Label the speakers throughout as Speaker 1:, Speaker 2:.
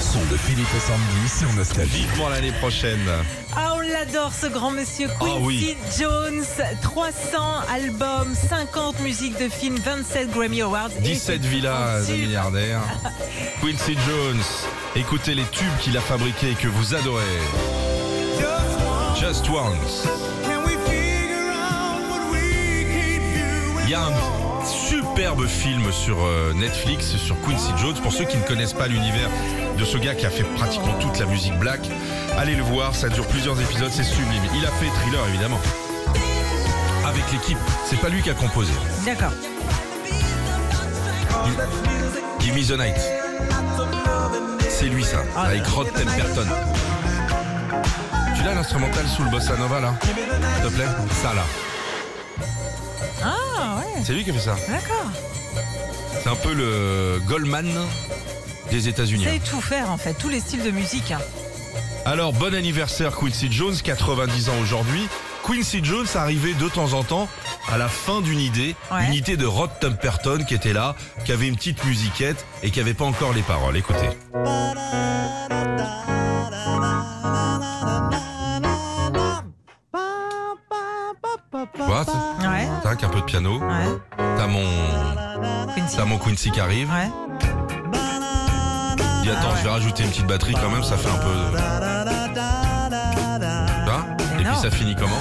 Speaker 1: son de Philippe et Sandy sur Nostalgie.
Speaker 2: Vivement l'année prochaine.
Speaker 3: Ah, on l'adore ce grand monsieur
Speaker 2: Ah
Speaker 3: Quincy
Speaker 2: oui.
Speaker 3: Jones. 300 albums, 50 musiques de films, 27 Grammy Awards. et
Speaker 2: 17
Speaker 3: c'est
Speaker 2: villas de
Speaker 3: ensuite-
Speaker 2: milliardaires. Quincy Jones. Écoutez les tubes qu'il a fabriqués et que vous adorez. Just Once. Il y a un superbe film sur euh, Netflix sur Quincy Jones. Pour ceux qui ne connaissent pas l'univers de ce gars qui a fait pratiquement toute la musique black, allez le voir. Ça dure plusieurs épisodes. C'est sublime. Il a fait Thriller évidemment. Avec l'équipe. C'est pas lui qui a composé.
Speaker 3: D'accord.
Speaker 2: Give me the night. C'est lui ça,
Speaker 3: Ah.
Speaker 2: avec Rod Temperton. Tu l'as l'instrumental sous le bossa nova là S'il te plaît Ça là.
Speaker 3: Ah, ouais.
Speaker 2: C'est lui qui a fait ça.
Speaker 3: D'accord.
Speaker 2: C'est un peu le Goldman des
Speaker 3: Vous
Speaker 2: États-Unis. hein.
Speaker 3: savez tout faire en fait, tous les styles de musique. hein.
Speaker 2: Alors bon anniversaire Quincy Jones, 90 ans aujourd'hui. Quincy Jones arrivait de temps en temps à la fin d'une idée,
Speaker 3: Ouais.
Speaker 2: une idée de Rod Temperton qui était là, qui avait une petite musiquette et qui avait pas encore les paroles. Écoutez. Voilà, c'est-
Speaker 3: Ouais,
Speaker 2: tac, un peu de piano.
Speaker 3: ouais.
Speaker 2: T'as mon,
Speaker 3: Quincy.
Speaker 2: t'as mon Quincy qui arrive.
Speaker 3: Ouais.
Speaker 2: Dis attends,
Speaker 3: Ah ouais.
Speaker 2: je vais rajouter une petite batterie quand même, ça fait un peu. de- Tu vois Et puis
Speaker 3: Énorme.
Speaker 2: ça finit comment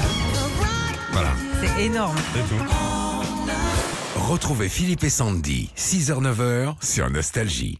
Speaker 2: Voilà,
Speaker 3: C'est énorme.
Speaker 2: c'est tout.
Speaker 1: Retrouvez Philippe et Sandy, 6h-9h sur Nostalgie.